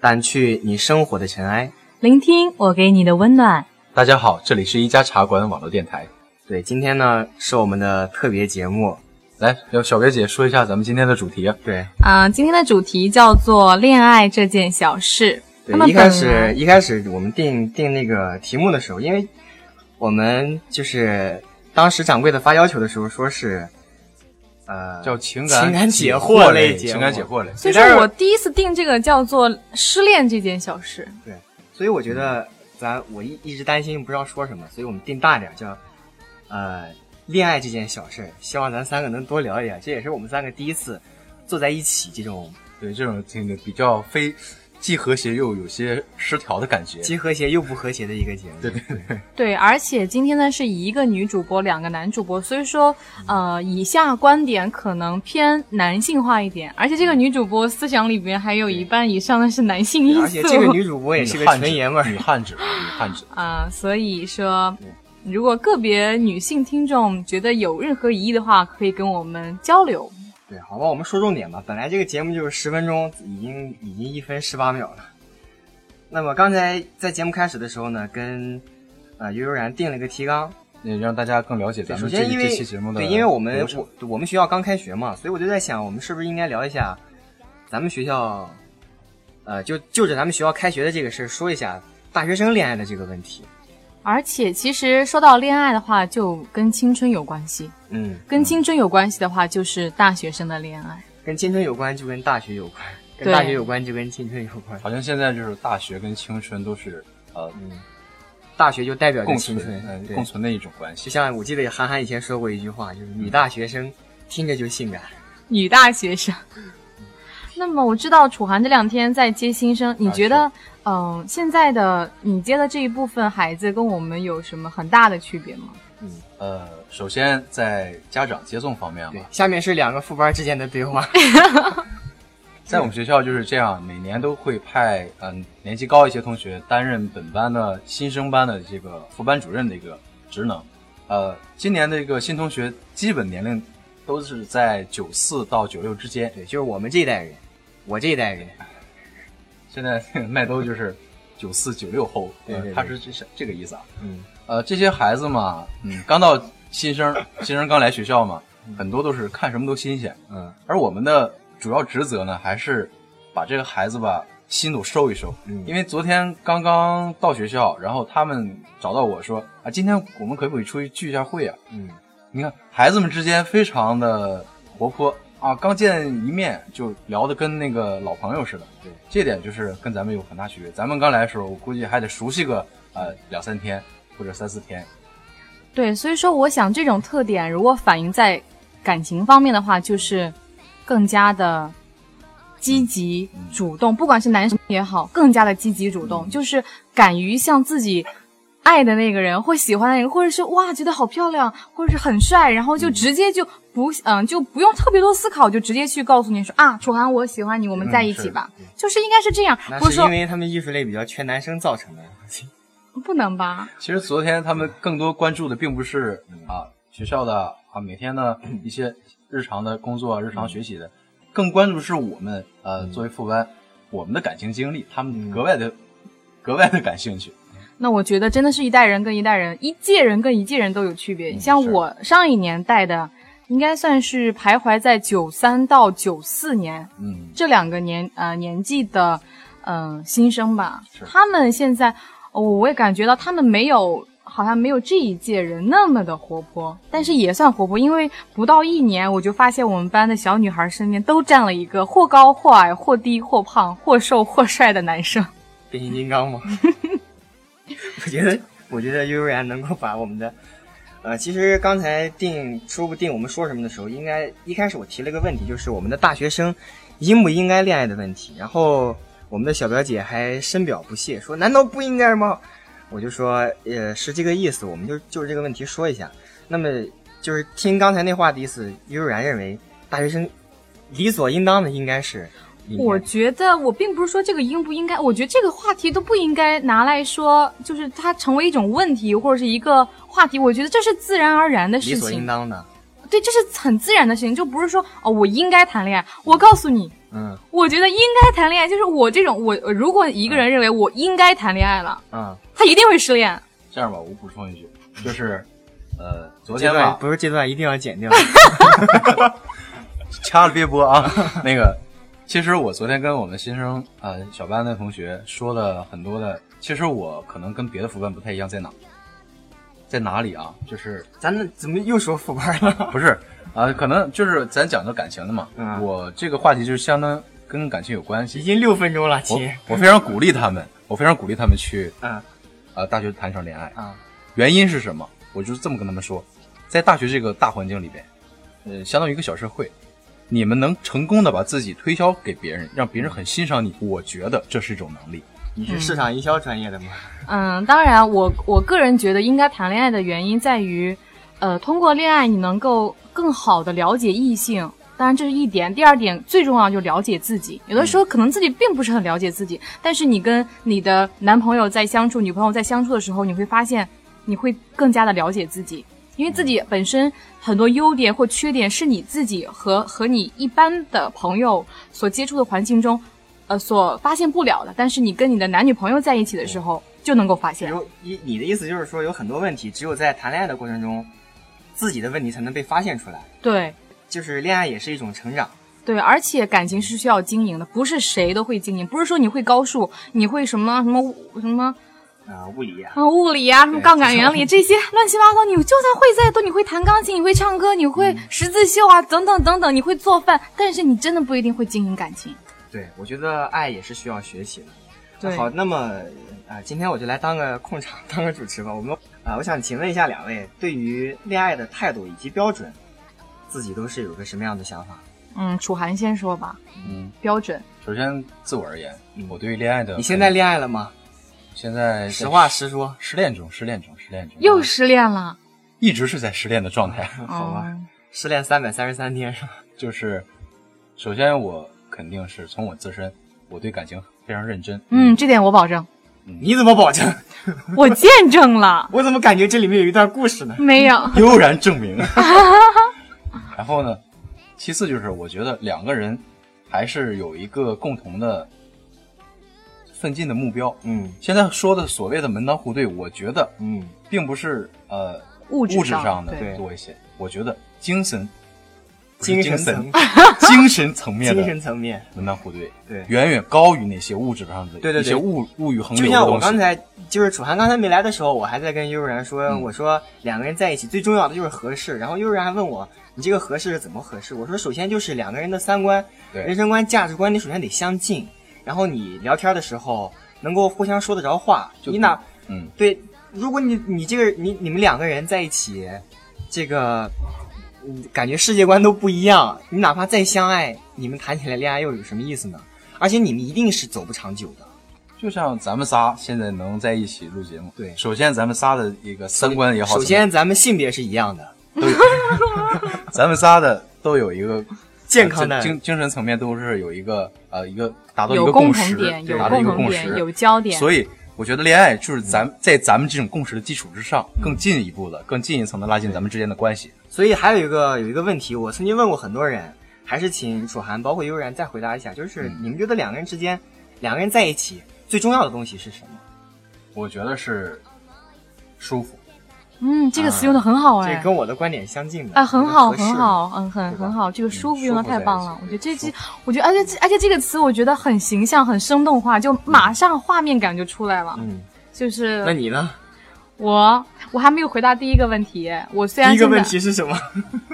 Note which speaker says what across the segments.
Speaker 1: 掸去你生活的尘埃。
Speaker 2: 聆听我给你的温暖。
Speaker 3: 大家好，这里是一家茶馆网络电台。
Speaker 1: 对，今天呢是我们的特别节目。
Speaker 3: 来，要小别姐说一下咱们今天的主题啊。
Speaker 1: 对，
Speaker 2: 啊、今天的主题叫做“恋爱这件小事”。那么
Speaker 1: 对，一开
Speaker 2: 本
Speaker 1: 始
Speaker 2: 来
Speaker 1: 一开始我们定定那个题目的时候，因为我们就是呃当时掌柜的发要求的时候，说是呃
Speaker 3: 叫情感
Speaker 1: 情感解惑
Speaker 3: 惑
Speaker 1: 类节目
Speaker 3: 情感解惑类。
Speaker 2: 所以
Speaker 1: 但是
Speaker 2: 说我第一次定这个叫做“失恋这件小事
Speaker 1: 所以我觉得咱我一一直担心不知道说什么，所以我们定大点儿，叫呃恋爱这件小事儿，希望咱三个能多聊一点。这也是我们三个第一次坐在一起这种
Speaker 3: 对，这种挺比较非既和谐又有些失调的感觉。
Speaker 1: 既和谐又不和谐的一个节目。
Speaker 3: 对对对，”。
Speaker 2: 对，而且今天呢是以一个女主播、两个男主播，所以说，呃，以下观点可能偏男性化一点，而且这个女主播思想里边还有一半以上的是男性因素。
Speaker 1: 嗯而且这个女主播也是个
Speaker 3: 女汉子
Speaker 1: 纯爷们儿
Speaker 3: 女，嗯汉子，女汉子。
Speaker 2: 啊、所以说，如果个别女性听众觉得有任何疑义的话，可以跟我们交流。
Speaker 1: 对，好吧，我们说重点吧。本来这个节目就是十分钟，已经已经一分十八秒了。那么刚才在节目开始的时候呢，跟呃悠悠然定了一个提纲。
Speaker 3: 也让大家更了解
Speaker 1: 对，
Speaker 3: 咱
Speaker 1: 首
Speaker 3: 们这
Speaker 1: 先
Speaker 3: 一
Speaker 1: 因为
Speaker 3: 这期节目的
Speaker 1: 对，因为我们
Speaker 3: 流程
Speaker 1: 我我们学校刚开学嘛，所以我就在想，我们是不是应该聊一下咱们学校，呃，就就着咱们学校开学的这个事儿说一下大学生恋爱的这个问题。
Speaker 2: 而且，其实说到恋爱的话，就跟青春有关系。
Speaker 1: 嗯，
Speaker 2: 跟青春有关系的话，就是大学生的恋爱。
Speaker 1: 跟青春有关就跟大学有关，跟
Speaker 2: 对
Speaker 1: 大学有关就跟青春有关。
Speaker 3: 好像现在就是大学跟青春都是呃
Speaker 1: 大学就代表着
Speaker 3: 共
Speaker 1: 青
Speaker 3: 存
Speaker 1: 春，
Speaker 3: 呃
Speaker 1: 哎对
Speaker 3: 共存的一种关
Speaker 1: 就
Speaker 3: 系。
Speaker 1: 像我记得韩寒以前说过一句话，就是女大学生听着就性感。
Speaker 2: 女大学生。那么我知道楚涵这两天在接新生，你觉得，嗯、现在的你接的这一部分孩子跟我们有什么很大的区别吗？
Speaker 3: 呃，首先在家长接送方面
Speaker 1: 对
Speaker 3: 嘛，，
Speaker 1: 下面是两个副班之间的 对话。
Speaker 3: 在我们学校就是这样，每年都会派嗯、年级高一些同学担任本班的新生班的这个副班主任的一个职能。呃，今年的一个新同学基本年龄都是在九四到九六之间，
Speaker 1: 对，就是我们这一代人，我这一代人，
Speaker 3: 现在麦兜就是九四九六后，
Speaker 1: 对
Speaker 3: 呃
Speaker 1: 对对
Speaker 3: 他是这是这个意思啊。
Speaker 1: 嗯，
Speaker 3: 呃，这些孩子嘛，嗯，刚到新生，新生刚来学校嘛，很多都是看什么都新鲜。
Speaker 1: 嗯
Speaker 3: 而我们的主要职责呢，还是把这个孩子吧心都收一收。
Speaker 1: 嗯
Speaker 3: 因为昨天刚刚到学校，然后他们找到我说啊，今天我们可不可以出去聚一下会啊？
Speaker 1: 嗯，
Speaker 3: 你看孩子们之间非常的活泼啊，刚见一面就聊得跟那个老朋友似的。
Speaker 1: 对，
Speaker 3: 这点就是跟咱们有很大区别。咱们刚来的时候，我估计还得熟悉个呃两三天或者三四天。
Speaker 2: 对，所以说我想这种特点如果反映在感情方面的话，就是更加的
Speaker 1: 嗯
Speaker 2: 积极主动，不管是男生也好，更加的积极主
Speaker 1: 嗯
Speaker 2: 动，就是敢于向自己爱的那个人或喜欢的人，或者是哇觉得好漂亮，或者是很帅，然后
Speaker 1: 嗯
Speaker 2: 就直接就不嗯、就不用特别多思考，就直接去告诉你说啊，楚涵我喜欢你，我们在一起吧，就是应该是这样，
Speaker 1: 嗯那
Speaker 2: 不
Speaker 1: 是
Speaker 2: 说
Speaker 1: 因为他们艺术类比较缺男生造成的。
Speaker 2: 不能吧？
Speaker 3: 其实昨天他们更多关注的并不是啊学校的啊每天 的一些日常的工作、啊日常学习的，更关注是我们呃作为副班我们的感情经历，他们格外的格外的感兴趣。
Speaker 2: 那我觉得真的是一代人跟一代人，一届人跟一届人都有区别。像
Speaker 3: 嗯是
Speaker 2: 我上一年带的，应该算是徘徊在九三到九四年
Speaker 3: 嗯，
Speaker 2: 这两个年呃年纪的，嗯、新生吧
Speaker 3: 是。
Speaker 2: 他们现在，哦我也感觉到他们没有。好像没有这一届人那么的活泼，但是也算活泼，因为不到一年，我就发现我们班的小女孩身边都站了一个或高或矮、或低或胖、或瘦或帅的男生。
Speaker 1: 变形金刚吗？我觉得，我觉得悠悠然能够把我们的，呃，其实刚才定说不定我们说什么的时候，应该一开始我提了个问题，就是我们的大学生应不应该恋爱的问题。然后我们的小表姐还深表不屑说：“难道不应该吗？”我就说：“呃，是这个意思，我们就就是这个问题说一下。那么就是听刚才那话的意思，悠悠然认为大学生理所应当的应该是里面
Speaker 2: 我觉得我并不是说这个应不应该，我觉得这个话题都不应该拿来说，就是它成为一种问题或者是一个话题。我觉得这是自然而然的
Speaker 1: 理
Speaker 2: 事
Speaker 1: 所应
Speaker 2: 情，
Speaker 1: 当的。
Speaker 2: 对，这是很自然的事情，就不是说哦我应该谈恋爱。我告诉你，
Speaker 1: 嗯
Speaker 2: 我觉得应该谈恋爱就是我这种我如果一个人认为我应该谈恋爱了，
Speaker 1: 嗯，
Speaker 2: 他一定会失恋。
Speaker 3: 这样吧，我补充一 句，就是，呃，昨
Speaker 1: 这
Speaker 3: 天
Speaker 1: 段
Speaker 3: 吧，
Speaker 1: 不是这段一定要剪掉。
Speaker 3: 掐了别播啊。 那个，其实我昨天跟我们新生呃小班的同学说了很多的，其实我可能跟别的副班不太一样，在哪？在哪里啊？就是
Speaker 1: 咱们怎么又说腐败了？
Speaker 3: 不是啊、可能就是咱讲的感情的嘛。
Speaker 1: 嗯
Speaker 3: 我这个话题就是相当跟感情有 关
Speaker 1: 已
Speaker 3: 系。
Speaker 1: 经六分钟了，
Speaker 3: 我
Speaker 1: 亲。
Speaker 3: 我非常鼓励他们，我非常鼓励他们去
Speaker 1: 嗯
Speaker 3: 呃大学谈一场恋爱。
Speaker 1: 嗯
Speaker 3: 原因是什么？我就是这么跟他们说，在大学这个大环境里边，呃，相当于一个小社会，你们能成功的把自己推销给别人，让别人很欣赏你，我觉得这是一种能力。
Speaker 1: 你是市场营销专业的吗？
Speaker 2: 嗯，当然我，我个人觉得应该谈恋爱的原因在于，呃，通过恋爱你能够更好的了解异性，当然这是一点。第二点最重要就是了解自己，有的时候可能自己并不是很了解自己，但是你跟你的男朋友在相处、女朋友在相处的时候，你会发现你会更加的了解自己，因为自己本身很多优点或缺点是你自己和和你一般的朋友所接触的环境中。呃，所发现不了的，但是你跟你的男女朋友在一起的时候就能够发现。
Speaker 1: 有你你的意思就是说，有很多问题只有在谈恋爱的过程中，自己的问题才能被发现出来。
Speaker 2: 对
Speaker 1: 就是恋爱也是一种成长，
Speaker 2: 对，而且感情是需要经营的，不是谁都会经营，不是说你会高数，你会什么什么物什么
Speaker 1: 啊、物理啊，
Speaker 2: 啊物理啊，什么
Speaker 1: 对
Speaker 2: 杠杆原理这些乱七八糟，你就算会再多，你会弹钢琴，你会唱歌，你会十字绣啊，等等等等，你会做饭，但是你真的不一定会经营感情。
Speaker 1: 对我觉得爱也是需要学习的。
Speaker 2: 对，
Speaker 1: 好，那么啊、呃今天我就来当个控场，当个主持吧。我们啊、我想请问一下两位，对于恋爱的态度以及标准，自己都是有个什么样的想法？
Speaker 2: 嗯，楚涵先说吧，
Speaker 3: 嗯，
Speaker 2: 标准，
Speaker 3: 首先自我而言
Speaker 1: 嗯，
Speaker 3: 我对于恋爱的
Speaker 1: 你现在恋爱了吗？
Speaker 3: 现在
Speaker 1: 实话实说，
Speaker 3: 失恋中，失恋中，失恋中，
Speaker 2: 又失恋了，
Speaker 3: 一直是在失恋的状态。
Speaker 1: 好吧
Speaker 2: 嗯
Speaker 1: 失恋三百三十三天是吧？
Speaker 3: 就是，首先我肯定是从我自身，我对感情非常认真。
Speaker 2: 嗯，这点我保 证，
Speaker 1: 你怎么保证？
Speaker 2: 我见证了，
Speaker 1: 我怎么感觉这里面有一段故事呢？
Speaker 2: 没有，
Speaker 3: 悠然证明。 然后呢，其次就是我觉得两个人还是有一个共同的奋进的目标。
Speaker 1: 嗯
Speaker 3: 现在说的所谓的门当户对，我觉得
Speaker 1: 嗯，
Speaker 3: 并不是呃
Speaker 2: 物质
Speaker 3: 物质
Speaker 2: 上
Speaker 3: 上的
Speaker 1: 对
Speaker 3: 多一些，我觉得精神、不是
Speaker 1: 精
Speaker 3: 精
Speaker 1: 神
Speaker 3: 神
Speaker 1: 层、
Speaker 3: 精神层面
Speaker 1: 精
Speaker 3: 的
Speaker 1: 神层面，
Speaker 3: 门当户对，
Speaker 1: 对
Speaker 3: 远远高于那些物质上的
Speaker 1: 对对对
Speaker 3: 一些物物欲横流
Speaker 1: 就
Speaker 3: 的
Speaker 1: 像我
Speaker 3: 东西
Speaker 1: 刚才，就是楚涵刚才没来的时候，我还在跟悠然说，
Speaker 3: 嗯
Speaker 1: 我说两个人在一起最重要的就是合适。然后悠然还问我，你这个合适是怎么合适？我说首先就是两个人的三观、
Speaker 3: 对
Speaker 1: 人生观、价值观，你首先得相近，然后你聊天的时候能够互相说得着话。
Speaker 3: 就
Speaker 1: 你哪
Speaker 3: 嗯
Speaker 1: 对？如果你你这个你你们两个人在一起，这个嗯感觉世界观都不一样，你哪怕再相爱，你们谈起来恋爱又有什么意思呢？而且你们一定是走不长久的。
Speaker 3: 就像咱们仨现在能在一起录节目，
Speaker 1: 对
Speaker 3: 首先咱们仨的一个三观也好，
Speaker 1: 首先，咱们性别是一样的，
Speaker 3: 咱们仨的都有一个呃
Speaker 1: 健康的。
Speaker 3: 精精神层面都是有一个呃一个达到一
Speaker 2: 有
Speaker 3: 个
Speaker 2: 共
Speaker 3: 识
Speaker 2: 同，点，有
Speaker 3: 达到一个
Speaker 2: 同
Speaker 3: 共
Speaker 2: 点，
Speaker 3: 识，
Speaker 2: 有焦点，嗯
Speaker 3: 所以我觉得恋爱就是咱在咱们这种共识的基础之上，更进一步的、更进一层的拉近咱们之间的关系。
Speaker 1: 所以还有一个有一个问题，我曾经问过很多人，还是请楚涵包括悠然再回答一下，就是
Speaker 3: 嗯
Speaker 1: 你们觉得两个人之间，两个人在一起最重要的东西是什么？
Speaker 3: 我觉得是舒服，
Speaker 2: 嗯，这个词
Speaker 1: 啊
Speaker 2: 用的很好哎、
Speaker 1: 这跟我的观点相近的
Speaker 2: 啊，很好，
Speaker 1: 合适
Speaker 2: 很好，嗯，很
Speaker 1: 对吧
Speaker 2: 很好，这个舒服用的
Speaker 3: 舒服
Speaker 2: 太
Speaker 3: 在
Speaker 2: 棒
Speaker 3: 一起
Speaker 2: 了。我觉
Speaker 3: 对
Speaker 2: 得这句
Speaker 3: 舒，
Speaker 2: 我觉得，而且这而且这个词，我觉得很形象，很生动化，就马上画面感就出来了。
Speaker 1: 嗯，
Speaker 2: 就
Speaker 1: 那
Speaker 2: 是
Speaker 1: 你呢？
Speaker 2: 我，我还没有回答第一个问题。我虽然
Speaker 1: 第一个
Speaker 2: 现在
Speaker 1: 问，题是什么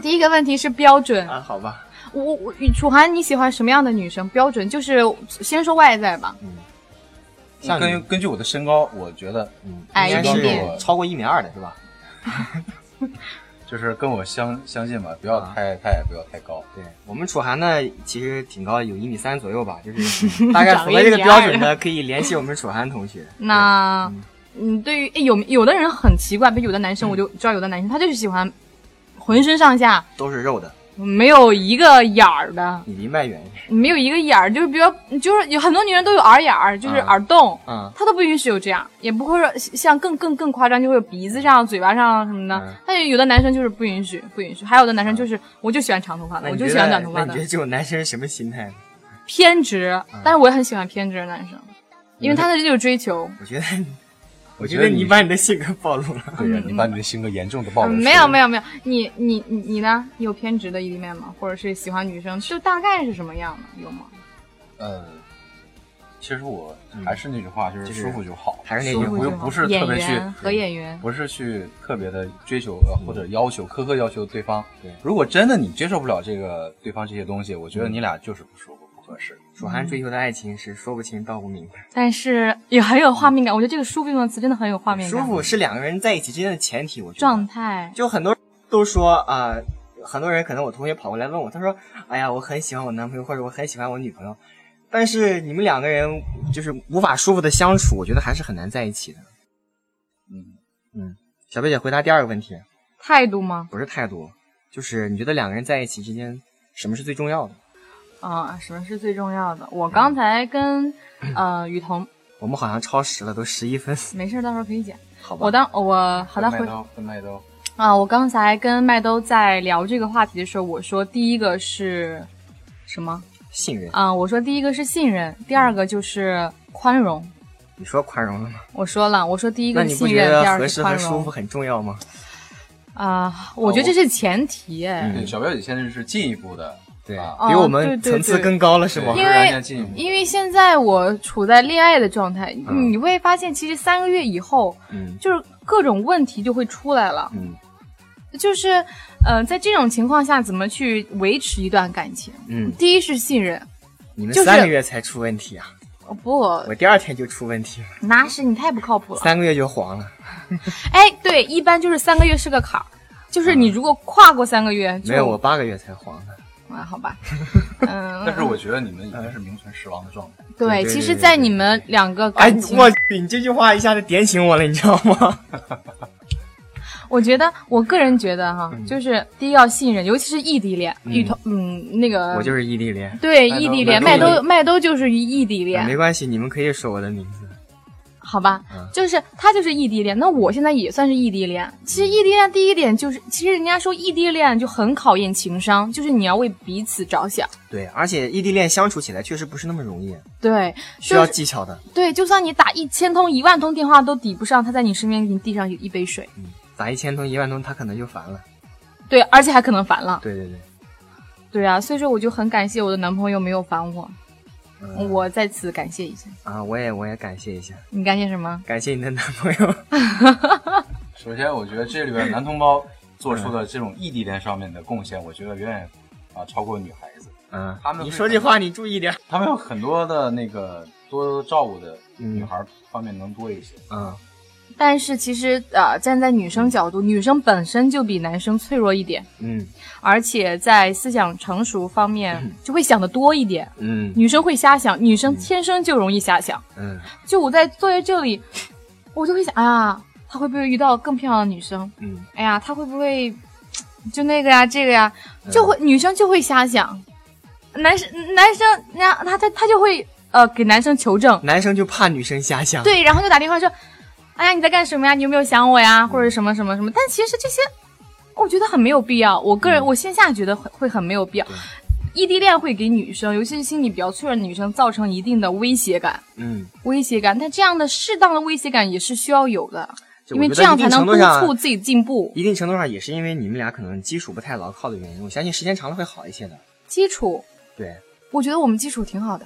Speaker 2: 第一个问题是标准。
Speaker 1: 啊？好吧，
Speaker 2: 我我楚涵，你喜欢什么样的女生？标准就是先说外在吧，
Speaker 1: 嗯像你
Speaker 3: 根根据我的身高，我觉得
Speaker 1: 嗯，
Speaker 2: 矮
Speaker 1: 应
Speaker 2: 一
Speaker 1: 该
Speaker 3: 点
Speaker 1: 是超过一米二的是吧？
Speaker 3: 就是跟我相相近吧，不
Speaker 1: 啊
Speaker 3: 要太太不要太高。
Speaker 1: 对我们楚涵呢，其实挺高，有一米三左右吧，就是 嗯大概符合这个标准的，可以联系我们楚涵同学。
Speaker 2: 那。嗯，对于诶有有的
Speaker 1: 嗯
Speaker 2: 人很奇怪，比如有的男生，我就知道有的男生他就是喜欢浑身上下
Speaker 1: 都是肉的，
Speaker 2: 没有一个眼儿的，
Speaker 1: 你离麦远一点。
Speaker 2: 没有一个眼儿，就是比如就是有很多女人都有耳眼儿，就是耳洞，
Speaker 1: 嗯
Speaker 2: 她都不允许有这样，也不会说像更更更夸张，就会有鼻子上、嘴巴上什么
Speaker 1: 嗯
Speaker 2: 的。但是有的男生就是不允许，不允许。还有的男生就是我就喜欢长头发
Speaker 1: 那
Speaker 2: 的，
Speaker 1: 你
Speaker 2: 我
Speaker 1: 觉
Speaker 2: 就
Speaker 1: 得
Speaker 2: 喜欢短头发
Speaker 1: 那你
Speaker 2: 的
Speaker 1: 觉，得这种男生是什么心态呢？
Speaker 2: 偏执
Speaker 1: 嗯。
Speaker 2: 但是我也很喜欢偏执的男生，因为他的这种追求。
Speaker 1: 我觉得，我
Speaker 3: 我
Speaker 1: 觉
Speaker 3: 觉
Speaker 1: 得
Speaker 3: 得
Speaker 1: 你
Speaker 3: 你
Speaker 1: 把你的性格暴露了。
Speaker 3: 对呀，你把你的性格严重的暴露
Speaker 2: 嗯
Speaker 3: 出来。
Speaker 2: 没有没有没有，你你你你呢？你有偏执的一面吗？或者是喜欢女生就大概是什么样的？有吗？
Speaker 3: 呃，其实我还是那句话，就是
Speaker 1: 嗯就是
Speaker 3: 舒服就好，
Speaker 1: 还是那
Speaker 2: 舒
Speaker 1: 句
Speaker 2: 服
Speaker 1: 话
Speaker 2: 就
Speaker 3: 我又
Speaker 2: 好。
Speaker 3: 不是
Speaker 2: 演
Speaker 3: 特别去
Speaker 2: 员
Speaker 1: 嗯
Speaker 2: 和演员，
Speaker 3: 不是去特别的追求呃或者要求、苛刻要求对方。
Speaker 1: 对
Speaker 3: 如果真的你接受不了这个对方这些东西，我觉得你俩就是不舒服、不合适。
Speaker 1: 蜀汉追求的爱情是说不清道不明白，
Speaker 2: 但是也很有画面感。我觉得这个舒服用的词真的很有画面
Speaker 1: 舒
Speaker 2: 感。
Speaker 1: 服是两个人在一起之间的前提。我觉
Speaker 2: 状
Speaker 1: 得，
Speaker 2: 态，
Speaker 1: 就很多人都说啊、很多人可能我同学跑过来问我，他说：“哎呀，我很喜欢我男朋友，或者我很喜欢我女朋友。”但是你们两个人就是无法舒服的相处，我觉得还是很难在一起的。
Speaker 3: 嗯，
Speaker 1: 小贝姐回答第二个问题，
Speaker 2: 态度吗？
Speaker 1: 不是态度，就是你觉得两个人在一起之间什么是最重要的？
Speaker 2: 啊、什么是最重要的？我刚才跟
Speaker 1: 嗯
Speaker 2: 呃雨桐，
Speaker 1: 我们好像超时了，都十一分，
Speaker 2: 没事儿，到时候可以剪。
Speaker 1: 好吧？
Speaker 2: 我当我好的回
Speaker 3: 麦兜，分麦兜。
Speaker 2: 啊、我刚才跟麦兜在聊这个话题的时候，我说第一个是什么？
Speaker 1: 信任，
Speaker 2: 啊、我说第一个是信任，第二个就是宽容。
Speaker 1: 你说宽容了吗？
Speaker 2: 我说了，我说第一
Speaker 1: 那
Speaker 2: 个
Speaker 1: 你
Speaker 2: 是
Speaker 1: 不
Speaker 2: 信
Speaker 1: 觉
Speaker 2: 任，
Speaker 1: 得
Speaker 2: 第二
Speaker 1: 合
Speaker 2: 个是
Speaker 1: 适和
Speaker 2: 宽
Speaker 1: 舒服
Speaker 2: 容
Speaker 1: 很重要吗？
Speaker 2: 啊、我觉得这是前提哎。哦
Speaker 1: 嗯
Speaker 3: 对，小表姐现在是进一步的，
Speaker 1: 对，
Speaker 3: 啊
Speaker 1: 比我
Speaker 2: 对
Speaker 1: 们
Speaker 2: 对
Speaker 1: 层次
Speaker 2: 对
Speaker 1: 更高了，是吗
Speaker 3: 对？
Speaker 2: 因为
Speaker 3: 让人家进一步。
Speaker 2: 因为现在我处在恋爱的状态，
Speaker 1: 嗯
Speaker 2: 你会发现其实三个月以后，
Speaker 1: 嗯
Speaker 2: 就是各种问题就会出来了。
Speaker 1: 嗯
Speaker 2: 就是，呃，在这种情况下，怎么去维持一段感情？
Speaker 1: 嗯，
Speaker 2: 第一是信任，
Speaker 1: 你们
Speaker 2: 就是
Speaker 1: 三个月才出问题啊！
Speaker 2: 哦不，
Speaker 1: 我第二天就出问题了，
Speaker 2: 那是你太不靠谱了。
Speaker 1: 三个月就黄了。
Speaker 2: 哎，对，一般就是三个月是个坎儿，就是你如果跨过三个月就，
Speaker 1: 没有，我八个月才黄的。
Speaker 2: 啊，好吧，嗯，
Speaker 3: 但是我觉得你们已经是名存实亡的状态。
Speaker 1: 对
Speaker 2: 对，
Speaker 1: 对
Speaker 2: 其
Speaker 1: 对
Speaker 2: 实，
Speaker 1: 对
Speaker 2: 在你们两个
Speaker 1: 哎，
Speaker 2: 感情，
Speaker 1: 我去，你这句话一下子点醒我了，你知道吗？
Speaker 2: 我觉得，我个人觉得哈，
Speaker 1: 嗯
Speaker 2: 就是第一要信任，尤其是异地恋，遇头，嗯，那个
Speaker 1: 我就是异地恋，
Speaker 2: 对
Speaker 3: 麦兜
Speaker 2: 异地恋，
Speaker 3: 麦
Speaker 2: 麦
Speaker 3: 兜
Speaker 2: 兜麦兜就是异地
Speaker 1: 啊没
Speaker 2: 恋，
Speaker 1: 关系，你们可以说我的名字。
Speaker 2: 好吧
Speaker 1: 嗯，
Speaker 2: 就是他就是异地恋，那我现在也算是异地恋。其实异地恋第一点就是，其实人家说异地恋就很考验情商，就是你要为彼此着想。
Speaker 1: 对，而且异地恋相处起来确实不是那么容易，
Speaker 2: 对，
Speaker 1: 需要
Speaker 2: 就是
Speaker 1: 技巧的。
Speaker 2: 对，就算你打一千通、一万通电话都抵不上他在你身边给你递上一杯水，
Speaker 1: 嗯打一千通、一万通，他可能就烦了。
Speaker 2: 对，而且还可能烦了。
Speaker 1: 对对对，
Speaker 2: 对啊，所以说我就很感谢我的男朋友没有烦我，我在此感谢一下。
Speaker 1: 啊，我也我也感谢一下，
Speaker 2: 你感谢什么？
Speaker 1: 感谢你的男朋友。
Speaker 3: 首先，我觉得这里边男同胞做出的这种异地恋上面的贡献，我觉得远远啊超过女孩子。
Speaker 1: 嗯
Speaker 3: 他们
Speaker 1: 你
Speaker 3: 会
Speaker 1: 说这话你注意点。
Speaker 3: 他们有很多的那个多照顾的女孩方面能多一些。
Speaker 1: 嗯，
Speaker 2: 但是其实呃，站在女生角度，女生本身就比男生脆弱一点，
Speaker 1: 嗯
Speaker 2: 而且在思想成熟方面就会想的多一点。
Speaker 1: 嗯
Speaker 2: 女生会瞎想，女生天生就容易瞎想。
Speaker 1: 嗯
Speaker 2: 就我在坐在这里，我就会想，哎呀，他会不会遇到更漂亮的女生？
Speaker 1: 嗯，
Speaker 2: 哎呀，他会不会就那个呀，这个呀，
Speaker 1: 嗯
Speaker 2: 就会、女生就会瞎想，男生男生，然后他他他就会呃给男生求证，
Speaker 1: 男生就怕女生瞎想。，
Speaker 2: 对，然后就打电话说，哎呀你在干什么呀？你有没有想我
Speaker 1: 嗯
Speaker 2: 呀？或者什么什么什么？但其实这些我觉得很没有必要，我个
Speaker 1: 嗯
Speaker 2: 人、我线下觉得会会很没有必要。异地恋会给女生，尤其是心理比较脆弱的女生，造成一定的威胁感，
Speaker 1: 嗯，
Speaker 2: 威胁感。但这样的适当的威胁感也是需要有的，
Speaker 1: 就
Speaker 2: 因
Speaker 1: 我
Speaker 2: 为
Speaker 1: 觉得
Speaker 2: 这样
Speaker 1: 一
Speaker 2: 才
Speaker 1: 定
Speaker 2: 能
Speaker 1: 程
Speaker 2: 督
Speaker 1: 度上
Speaker 2: 促自己进步。
Speaker 1: 一定程度上也是因为你们俩可能基础不太牢靠的原因，我相信时间长了会好一些的。
Speaker 2: 基础，
Speaker 1: 对，
Speaker 2: 我觉得我们基础挺好的。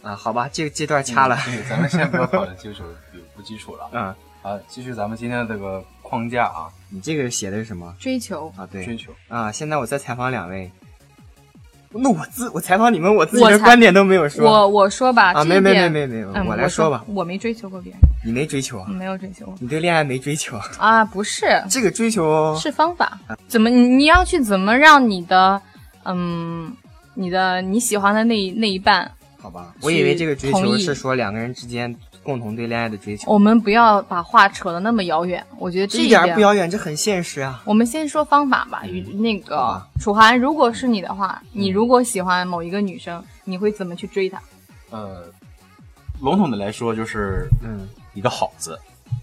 Speaker 1: 啊，好吧，这这段 掐了。
Speaker 3: 嗯对，咱们先不要讨论基础有不基础了
Speaker 1: 嗯，
Speaker 3: 啊，继续咱们今天的这个框架啊，
Speaker 1: 你这个写的是什么
Speaker 2: 追求，
Speaker 1: 啊？
Speaker 3: 追
Speaker 1: 对
Speaker 3: 求。
Speaker 1: 啊，现在我在采访两位，那我自我采访你们，我自己
Speaker 2: 我
Speaker 1: 的
Speaker 2: 采
Speaker 1: 观点都没有说
Speaker 2: 我我说吧，
Speaker 1: 啊，
Speaker 2: 这
Speaker 1: 没
Speaker 2: 一
Speaker 1: 没没
Speaker 2: 点
Speaker 1: 没没，
Speaker 2: 嗯，
Speaker 1: 我来说吧。
Speaker 2: 我没追求过别人，
Speaker 1: 你没追求啊？
Speaker 2: 没有追求过
Speaker 1: 你对恋爱没追求啊？
Speaker 2: 啊，不是，
Speaker 1: 这个追求
Speaker 2: 是方法，怎么你你要去怎么让你的，嗯，你的你喜欢的那一那一半，
Speaker 1: 好吧？我以为这个追
Speaker 2: 同
Speaker 1: 求
Speaker 2: 意
Speaker 1: 是说两个人之间共同对恋爱的追求。
Speaker 2: 我们不要把话扯得那么遥远，我觉得
Speaker 1: 这
Speaker 2: 一
Speaker 1: 一点儿不遥远，这很现实啊。
Speaker 2: 我们先说方法吧。与那个
Speaker 1: 啊
Speaker 2: 楚涵，如果是你的
Speaker 1: 嗯
Speaker 2: 话，你如果喜欢某一个女生，你会怎么去追她？
Speaker 3: 呃，笼统的来说就是
Speaker 1: 嗯，
Speaker 3: 一个好字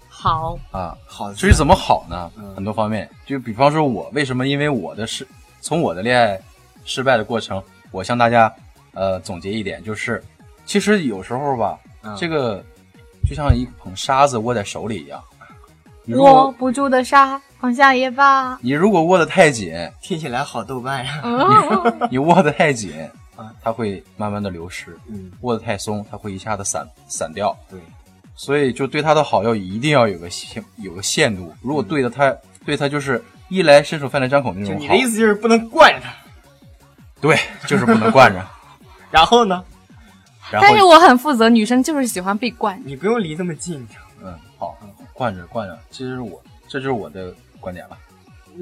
Speaker 2: 好，
Speaker 3: 啊。
Speaker 1: 好，
Speaker 3: 至于怎么好呢？
Speaker 1: 嗯
Speaker 3: 很多方面，就比方说我为什么因为我的失，从我的恋爱失败的过程，我向大家呃总结一点，就是其实有时候吧，
Speaker 1: 嗯
Speaker 3: 这个就像一捧沙子握在手里一样，你如
Speaker 2: 握
Speaker 3: 果
Speaker 2: 不住的沙，放下 也罢。
Speaker 3: 你如果握得太紧，
Speaker 1: 听起来好豆瓣啊呀、
Speaker 2: 嗯，
Speaker 3: 你握得太紧
Speaker 1: 啊，
Speaker 3: 它会慢慢的流失；
Speaker 1: 嗯，
Speaker 3: 握得太松，它会一下子散散掉。
Speaker 1: 对，
Speaker 3: 所以就对他的好要一定要有个限有个限度，如果对的他、对他就是衣来伸手饭来张口那
Speaker 1: 嗯就
Speaker 3: 种
Speaker 1: 你
Speaker 3: 好
Speaker 1: 的意，思就是不能惯着他。
Speaker 3: 对，就是不 能惯着。
Speaker 1: 然后呢，
Speaker 3: 然
Speaker 2: 但是
Speaker 3: 后
Speaker 2: 我很负责，女生就是喜欢被惯。
Speaker 1: 你不用离那么近，
Speaker 3: 嗯，好，惯着惯着，这就是我这就是我的观点了。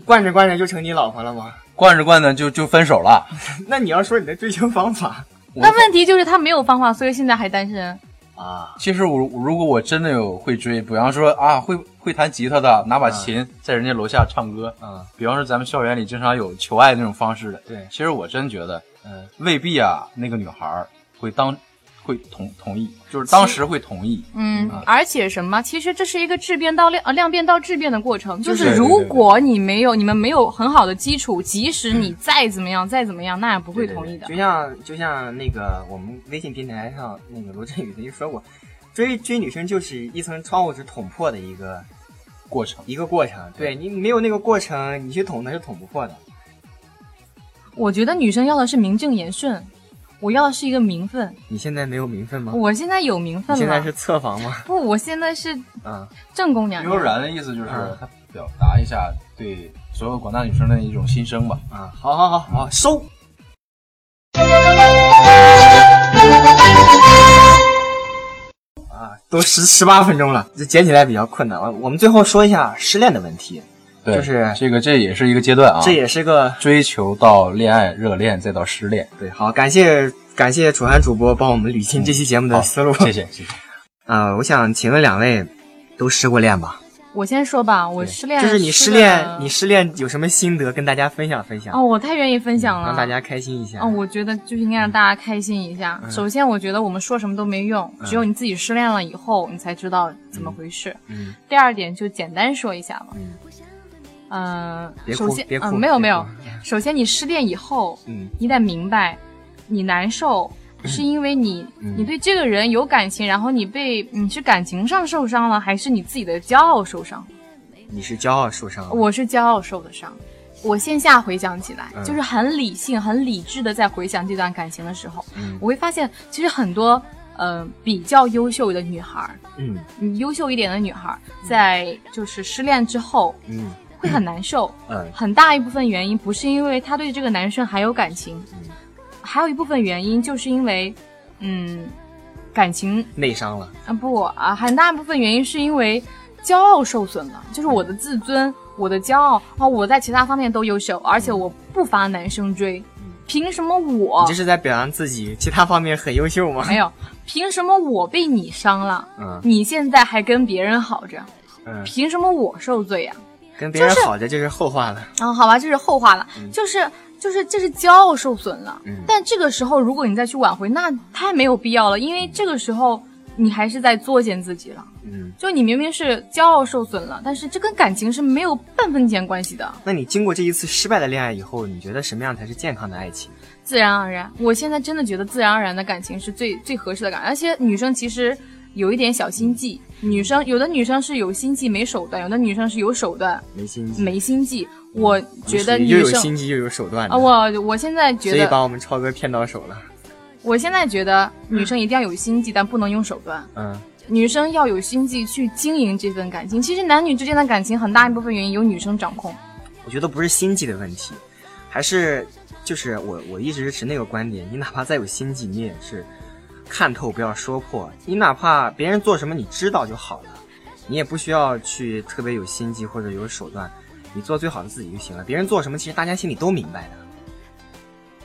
Speaker 1: 惯着惯着就成你老婆了吗？
Speaker 3: 惯着惯着就就分手了。
Speaker 1: 那你要说你的追求方法
Speaker 3: 我
Speaker 2: 但问题就是她没有方法，所以现在还单身。
Speaker 1: 啊，
Speaker 3: 其实我我如果我真的有会追，比方说啊会会弹吉他的，拿把
Speaker 1: 嗯
Speaker 3: 琴在人家楼下唱歌，啊
Speaker 1: 嗯
Speaker 3: 比方说咱们校园里经常有求爱那种方式的，
Speaker 1: 对
Speaker 3: 其实我真觉得
Speaker 1: 嗯，
Speaker 3: 未必啊，那个女孩儿会当会同同意，就是当时会同意。
Speaker 2: 嗯，而且什么？其实这是一个质变到量呃量变到质变的过程，就
Speaker 3: 对
Speaker 2: 是
Speaker 3: 对
Speaker 2: 如
Speaker 3: 对
Speaker 2: 果你没有你们没有很好的基础，即使你
Speaker 1: 嗯
Speaker 2: 再怎么样再怎么样，那也不会同意的。
Speaker 1: 就像就像那个我们微信平台上那个罗振宇曾经说过，追追女生就是一层窗户纸捅破的一个
Speaker 3: 过程，
Speaker 1: 一个过程，对你没有那个过程，你去捅它是捅不破的。
Speaker 2: 我觉得女生要的是名正言顺，我要的是一个名分。
Speaker 1: 你现在没有名分吗？
Speaker 2: 我现在有名
Speaker 1: 嗯你
Speaker 2: 分
Speaker 1: 现在
Speaker 2: 了，
Speaker 1: 是侧房吗？
Speaker 2: 不，我现在是
Speaker 1: 啊，
Speaker 2: 正宫娘
Speaker 3: 悠
Speaker 2: 娘。
Speaker 3: 然的意思就是
Speaker 1: 嗯
Speaker 3: 他表达一下对所有广大女生的一种心声吧。
Speaker 1: 啊，好好好好，收。啊，都十十八分钟了，这捡起来比较困难。我我们最后说一下失恋的问题，
Speaker 3: 对，
Speaker 1: 就是
Speaker 3: 这个，这也是一个阶段啊，
Speaker 1: 这也是个
Speaker 3: 追求到恋爱、热恋，再到失恋。
Speaker 1: 对。好，感谢感谢楚涵主播帮我们捋清这期节目的
Speaker 3: 嗯好
Speaker 1: 思路。
Speaker 3: 谢谢，谢谢。
Speaker 1: 啊、我想请问两位都失过恋吧？
Speaker 2: 我先说吧，我失恋
Speaker 1: 就是你失
Speaker 2: 失
Speaker 1: 恋，
Speaker 2: 了
Speaker 1: 你失恋有什么心得跟大家分享分享，
Speaker 2: 哦，我太愿意分享
Speaker 1: 嗯
Speaker 2: 了，
Speaker 1: 让大家开心一下。
Speaker 2: 哦，我觉得就是应该让大家开心一下。
Speaker 1: 嗯
Speaker 2: 首先，我觉得我们说什么都没用，只有你自己失恋了以后，你才知道怎么回事。
Speaker 1: 嗯，
Speaker 2: 第二点就简单说一下吧。
Speaker 1: 嗯
Speaker 2: 嗯，
Speaker 1: 别
Speaker 2: 首
Speaker 1: 哭
Speaker 2: 先，
Speaker 1: 别
Speaker 2: 嗯、
Speaker 1: 哭
Speaker 2: 没有
Speaker 1: 别
Speaker 2: 没有
Speaker 1: 哭，
Speaker 2: 首先你失恋以后，
Speaker 1: 嗯
Speaker 2: 你得明白，你难受是因为你、
Speaker 1: 嗯
Speaker 2: 你对这个人有感情，然后你被你是感情上受伤了，还是你自己的骄傲受伤？
Speaker 1: 你是骄傲受伤了。
Speaker 2: 我是骄傲受的伤。我线下回想起来，
Speaker 1: 嗯
Speaker 2: 就是很理性、很理智的在回想这段感情的时候，
Speaker 1: 嗯
Speaker 2: 我会发现，其实很多呃比较优秀的女孩儿，
Speaker 1: 嗯
Speaker 2: 嗯，优秀一点的女孩儿，在就是失恋之后
Speaker 1: 嗯
Speaker 2: 会很难受，
Speaker 1: 嗯
Speaker 2: 很大一部分原因不是因为她对这个男生还有感情，
Speaker 1: 嗯，
Speaker 2: 还有一部分原因就是因为，嗯，感情
Speaker 1: 内伤了。
Speaker 2: 啊不啊，很大部分原因是因为骄傲受损了，就是我的自尊、我的骄傲啊，我在其他方面都优秀，而且我不乏男生追，凭什么我
Speaker 1: 嗯你这是在表扬自己其他方面很优秀吗？
Speaker 2: 没有？凭什么我被你伤了？
Speaker 1: 嗯
Speaker 2: 你现在还跟别人好着，
Speaker 1: 嗯，
Speaker 2: 凭什么我受罪呀、
Speaker 1: 跟别人好着这是后话了。
Speaker 2: 啊？好吧，这是后话了，就是就是这是骄傲受损了。
Speaker 1: 嗯
Speaker 2: 但这个时候如果你再去挽回，那太没有必要了，因为这个时候你还是在作践自己了。
Speaker 1: 嗯，
Speaker 2: 就你明明是骄傲受损了，但是这跟感情是没有半分钱关系的，
Speaker 1: 那你经过这一次失败的恋爱以后，你觉得什么样才是健康的爱情？
Speaker 2: 自然而然。我现在真的觉得自然而然的感情是最最合适的感情，而且女生其实有一点小心计，
Speaker 1: 嗯
Speaker 2: 女生有的女生是有心计没手段，有的女生是有手段
Speaker 1: 没心机，
Speaker 2: 没心计。我觉得
Speaker 1: 嗯你属于又
Speaker 2: 女
Speaker 1: 有
Speaker 2: 生
Speaker 1: 心机又有手段的
Speaker 2: 啊，我我现在觉
Speaker 1: 所以
Speaker 2: 得，
Speaker 1: 把我们超哥骗到手了。
Speaker 2: 我现在觉得女生一定要有心计，但不能用手段。
Speaker 1: 嗯
Speaker 2: 女生要有心计去经营这份感情。其实男女之间的感情很大一部分原因由女生掌控。
Speaker 1: 我觉得不是心计的问题，还是就是我我一直持那个观点，你哪怕再有心计，你也是看透不要说破。你哪怕别人做什么你知道就好了，你也不需要去特别有心计或者有手段，你做最好的自己就行了。别人做什么，其实大家心里都明白的。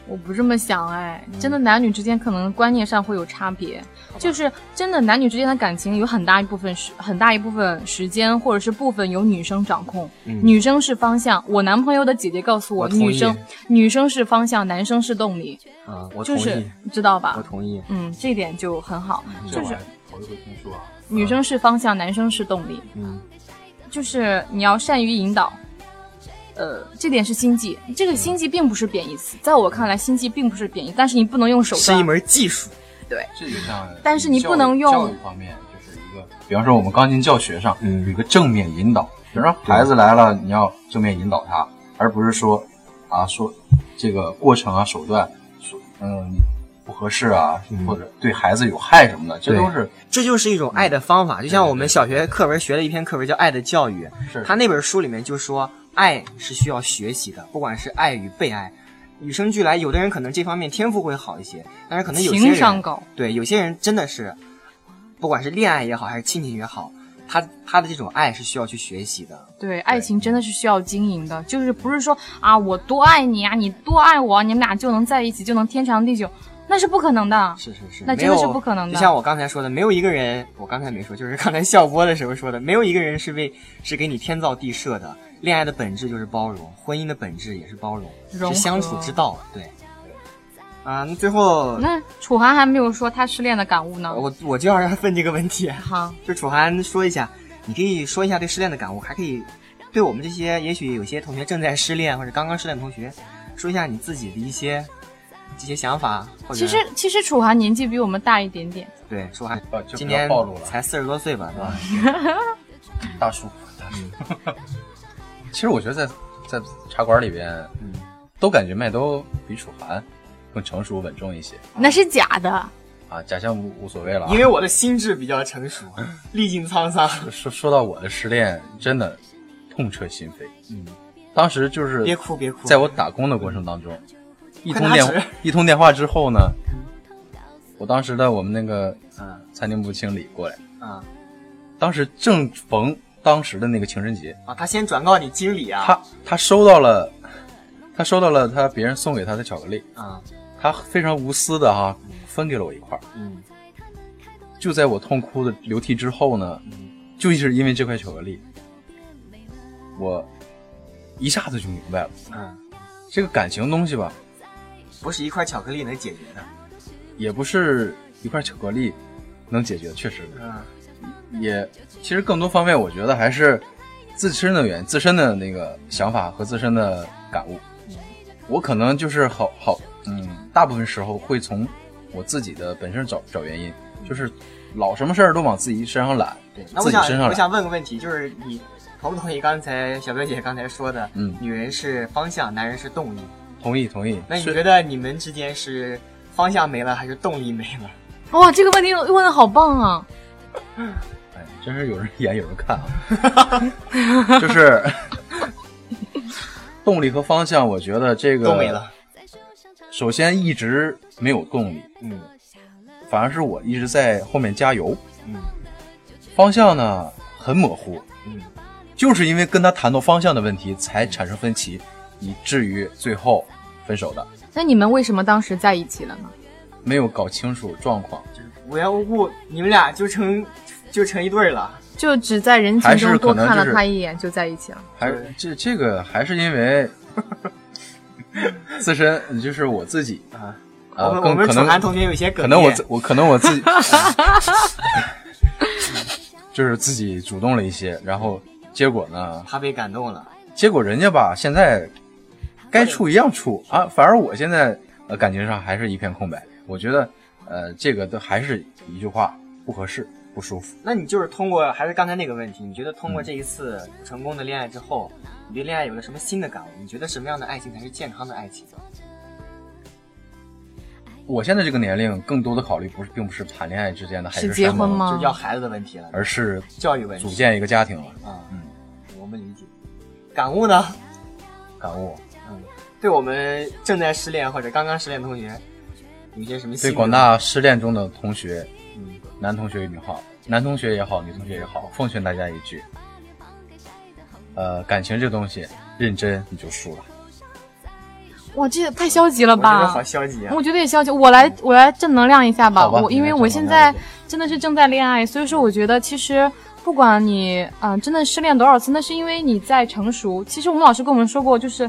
Speaker 2: 我不这么想哎，
Speaker 1: 嗯
Speaker 2: 真的男女之间可能观念上会有差别，就是真的男女之间的感情有很大一部分时很大一部分时间或者是部分由女生掌控，
Speaker 1: 嗯
Speaker 2: 女生是方向。我男朋友的姐姐告诉我，
Speaker 3: 我同意
Speaker 2: 女生女生是方向，男生是动力，
Speaker 1: 啊，我同
Speaker 2: 就
Speaker 1: 意，
Speaker 2: 是知道吧
Speaker 1: 我？嗯同意。
Speaker 2: 嗯，这一点就很好，就
Speaker 3: 这我
Speaker 2: 是
Speaker 3: 还头一回听说啊。
Speaker 2: 女生是方向，男生是动力，
Speaker 1: 嗯，
Speaker 2: 就是你要善于引导。呃，这点是心计，这个心计并不是贬义词，在我看来，心计并不是贬义，但是你不能用手
Speaker 1: 是
Speaker 2: 段
Speaker 1: 一。门技术。
Speaker 3: 这就像，
Speaker 2: 但是你不能用
Speaker 3: 教育方面，就是一个，比方说我们钢琴教学上，
Speaker 1: 嗯
Speaker 3: 有一个正面引导，比方说孩子来了，你要正面引导他，而不是说啊说这个过程啊手段，说嗯你不合适啊，
Speaker 1: 嗯
Speaker 3: 或者对孩子有害什么的，这
Speaker 1: 对
Speaker 3: 都是
Speaker 1: 这就是一种爱的方法，就像我们小学课文学了一篇课文叫《爱的教育》，
Speaker 3: 是
Speaker 1: 他那本书里面就说，爱是需要学习的，不管是爱与被爱，与生俱来。有的人可能这方面天赋会好一些，但是可能有些
Speaker 2: 情商
Speaker 1: 人
Speaker 2: 高，
Speaker 1: 对有些人真的是，不管是恋爱也好，还是亲情也好，他他的这种爱是需要去学习的。
Speaker 2: 对爱情真的是需要经营的，就是不是说啊我多爱你啊，你多爱我啊，你们俩就能在一起，就能天长地久，那是不可能的。
Speaker 1: 是是是，
Speaker 2: 那
Speaker 1: 没
Speaker 2: 真的是
Speaker 1: 有
Speaker 2: 不可能的
Speaker 1: 就像我刚才说的，没有一个人，我刚才没说，就是 刚才笑播的时候说的，没有一个人是为是给你天造地设的。恋爱的本质就是包容，婚姻的本质也是包容，
Speaker 2: 融
Speaker 1: 是相处
Speaker 2: 合
Speaker 1: 之道。对，啊，那最后
Speaker 2: 那楚涵还没有说他失恋的感悟呢。
Speaker 1: 啊我我就要让他问这个问题，
Speaker 2: 好，
Speaker 1: 就楚涵说一下，你可以说一下对失恋的感悟，还可以对我们这些也许有些同学正在失恋或者刚刚失恋的同学，说一下你自己的一些这些想法，或者
Speaker 2: 其实其实楚涵年纪比我们大一点点，
Speaker 1: 对楚涵
Speaker 3: 呃就
Speaker 1: 今
Speaker 3: 不要
Speaker 1: 年
Speaker 3: 暴露了
Speaker 1: 才四十多岁吧，对吧？
Speaker 3: 大叔 大叔。其实我觉得在在茶馆里边，
Speaker 1: 嗯
Speaker 3: 都感觉麦兜比楚涵更成熟稳重一些
Speaker 2: 那是假的。
Speaker 3: 啊，假象无无所谓了啊，
Speaker 1: 因为我的心智比较成熟，历尽沧桑。
Speaker 3: 说说到我的失恋，真的痛彻心扉。
Speaker 1: 嗯，
Speaker 3: 当时就是
Speaker 1: 别哭别哭，嗯
Speaker 3: 在我打工的过程当中，一
Speaker 1: 快
Speaker 3: 通
Speaker 1: 拿
Speaker 3: 电
Speaker 1: 纸
Speaker 3: 一通电话之后呢，我当时的我们那个
Speaker 1: 嗯
Speaker 3: 餐厅部经理过来，
Speaker 1: 啊
Speaker 3: 当时正逢当时的那个情人节，
Speaker 1: 啊，他先转告你经理啊，
Speaker 3: 他他收到了，他收到了他别人送给他的巧克力，
Speaker 1: 啊
Speaker 3: 他非常无私的哈、分给了我一块儿。
Speaker 1: 嗯
Speaker 3: 就在我痛哭的流涕之后呢，就是因为这块巧克力，我一下子就明白了，
Speaker 1: 嗯，
Speaker 3: 这个感情东西吧，
Speaker 1: 不是一块巧克力能解决的。
Speaker 3: 也不是一块巧克力能解决的，确实
Speaker 1: 嗯
Speaker 3: 也其实更多方面，我觉得还是自身的原自身的那个想法和自身的感悟。我可能就是好好嗯，大部分时候会从我自己的本身找找原因，就是老什么事儿都往自己身上揽，
Speaker 1: 对，那我
Speaker 3: 自己
Speaker 1: 想
Speaker 3: 身上
Speaker 1: 我
Speaker 3: 揽。
Speaker 1: 想问个问题，就是你同不同意刚才小表姐刚才说的，
Speaker 3: 嗯
Speaker 1: 女人是方向，男人是动力。
Speaker 3: 同意同意。
Speaker 1: 那你
Speaker 3: 是
Speaker 1: 觉得你们之间是方向没了还是动力没了？
Speaker 2: 哇，这个问题问的好棒啊！
Speaker 3: 哎，真是有人演有人看 啊，就是动力和方向，我觉得这个
Speaker 1: 都没。了。
Speaker 3: 首先一直没有动力，
Speaker 1: 嗯
Speaker 3: 反而是我一直在后面加油，
Speaker 1: 嗯
Speaker 3: 方向呢很模糊，
Speaker 1: 嗯
Speaker 3: 就是因为跟他谈到方向的问题才产生分歧，以至于最后分手的，
Speaker 2: 那你们为什么当时在一起了呢？
Speaker 3: 没有搞清楚状况，
Speaker 1: 无缘无故你们俩就成就成一对儿了。
Speaker 2: 就只在人群
Speaker 3: 还是
Speaker 2: 中多
Speaker 3: 可能
Speaker 2: 看
Speaker 3: 就
Speaker 2: 了
Speaker 3: 是
Speaker 2: 他一眼就在一起了。
Speaker 3: 还
Speaker 1: 对
Speaker 3: 这这个还是因为 自身就是我自己
Speaker 1: 啊，
Speaker 3: 啊
Speaker 1: 我们我
Speaker 3: 更
Speaker 1: 们
Speaker 3: 可
Speaker 1: 楚
Speaker 3: 能
Speaker 1: 涵同学有些哽咽，
Speaker 3: 可能我自我可能我 自己，就是自己主动了一些，然后结果呢？
Speaker 1: 他被感动了。
Speaker 3: 结果人家吧，现在该处一样处啊，反而我现在呃感情上还是一片空白。我觉得呃这个都还是一句话，不合适，不舒服。
Speaker 1: 那你就是通过还是刚才那个问题，你觉得通
Speaker 3: 嗯
Speaker 1: 过这一次不成功的恋爱之后，你对恋爱有了什么新的感悟？你觉得什么样的爱情才是健康的爱情？
Speaker 3: 我现在这个年龄，更多的考虑不是并不是谈恋爱之间的海
Speaker 2: 是
Speaker 3: 誓
Speaker 2: 结
Speaker 3: 山盟
Speaker 2: 婚吗
Speaker 1: 就是要孩子的问题了，
Speaker 3: 而是
Speaker 1: 教育问
Speaker 3: 组
Speaker 1: 题
Speaker 3: 建一个家庭了。
Speaker 1: 啊，
Speaker 3: 嗯，
Speaker 1: 我们理解。感悟呢？
Speaker 3: 感悟
Speaker 1: 对我们正在失恋或者刚刚失恋的同学，有些什么心
Speaker 3: 对
Speaker 1: 得
Speaker 3: 广大失恋中的同学，
Speaker 1: 嗯
Speaker 3: 男同学、女好，男同学也好，女同学也
Speaker 2: 嗯
Speaker 3: 好，奉劝大家一句：呃，感情这东西，认真你就输了。
Speaker 2: 哇，这也太消极了
Speaker 1: 我觉得
Speaker 2: 吧
Speaker 1: 好！消极啊
Speaker 2: 我！觉得也消极，我来我来正能量一下吧。
Speaker 3: 好吧
Speaker 2: 我
Speaker 3: 你
Speaker 2: 因
Speaker 3: 来
Speaker 2: 为
Speaker 3: 正
Speaker 2: 我
Speaker 3: 能
Speaker 2: 现
Speaker 3: 量
Speaker 2: 在
Speaker 3: 一点
Speaker 2: 真的是正在恋爱，所以说我觉得其实不管你嗯、呃真的失恋多少次，那是因为你在成熟。其实我们老师跟我们说过，就是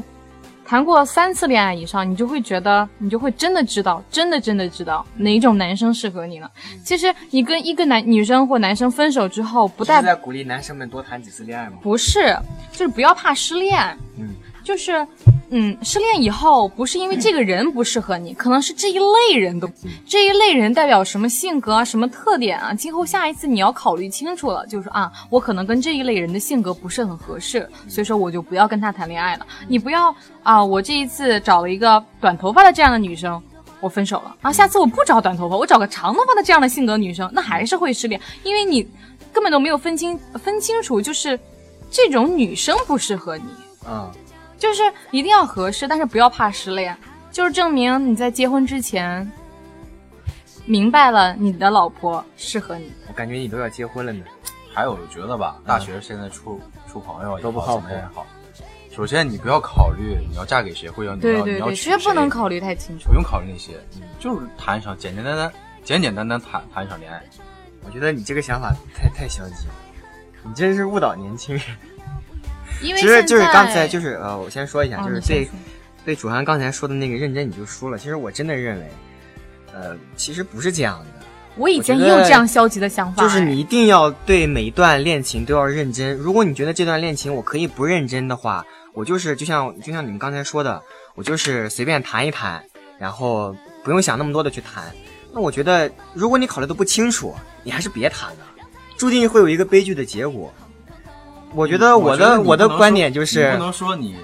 Speaker 2: 谈过三次恋爱以上，你就会觉得你就会真的知道，真的真的知道哪一种男生适合你了。其实你跟一个男女生或男生分手之后，不
Speaker 1: 不
Speaker 2: 代
Speaker 1: 是
Speaker 2: 表。
Speaker 1: 在鼓励男生们多谈几次恋爱吗？
Speaker 2: 不是，就是不要怕失恋。
Speaker 1: 嗯，
Speaker 2: 就是，嗯，失恋以后不是因为这个人不适合你，可能是这一类人都，这一类人代表什么性格啊、什么特点啊，今后下一次你要考虑清楚了，就是啊，我可能跟这一类人的性格不是很合适，所以说我就不要跟他谈恋爱了。你不要啊，我这一次找了一个短头发的这样的女生。我分手了啊！下次我不找短头发，我找个长头发的这样的性格女生，那还是会失恋，因为你根本都没有分清分清楚，就是这种女生不适合你，
Speaker 1: 嗯，
Speaker 2: 就是一定要合适，但是不要怕失恋，就是证明你在结婚之前明白了你的老婆适合你。
Speaker 1: 我感觉你都要结婚了呢。
Speaker 3: 还有，我觉得
Speaker 2: 嗯
Speaker 3: 吧，大学现在处处朋友也
Speaker 1: 都不
Speaker 3: 好，
Speaker 1: 靠
Speaker 3: 怎
Speaker 1: 谱
Speaker 3: 么样也好。首先，你不要考虑你要嫁给谁，或者你
Speaker 2: 对
Speaker 3: 要
Speaker 2: 对
Speaker 3: 你要
Speaker 2: 对，
Speaker 3: 娶
Speaker 2: 其实不能
Speaker 3: 谁
Speaker 2: 考虑太清楚
Speaker 3: 不。用考虑那些，就是谈一场简简单单、简简单单谈谈一场恋爱。
Speaker 1: 我觉得你这个想法太太消极了，你真是误导年轻人。
Speaker 2: 因为、
Speaker 1: 其实就是刚才就是是呃，我先说一下，
Speaker 2: 哦
Speaker 1: 就是
Speaker 2: 你先
Speaker 1: 对
Speaker 2: 说
Speaker 1: 对楚涵刚才说的那个认真你就输了。其实我真的认为，呃，其实不是这样的，
Speaker 2: 我以前
Speaker 1: 我觉
Speaker 2: 也
Speaker 1: 得
Speaker 2: 有这样消极的想法，
Speaker 1: 就是
Speaker 2: 哎
Speaker 1: 你一定要对每一段恋情都要认真。如果你觉得这段恋情我可以不认真的话，我就是就像就像你们刚才说的，我就是随便谈一谈，然后不用想那么多的去谈。那我觉得，如果你考虑的不清楚，你还是别谈了，注定会有一个悲剧的结果。我觉得我
Speaker 3: 嗯我觉
Speaker 1: 的
Speaker 3: 得你
Speaker 1: 我的
Speaker 3: 不能
Speaker 1: 观
Speaker 3: 说
Speaker 1: 点就
Speaker 3: 你
Speaker 1: 是
Speaker 3: 不，能说你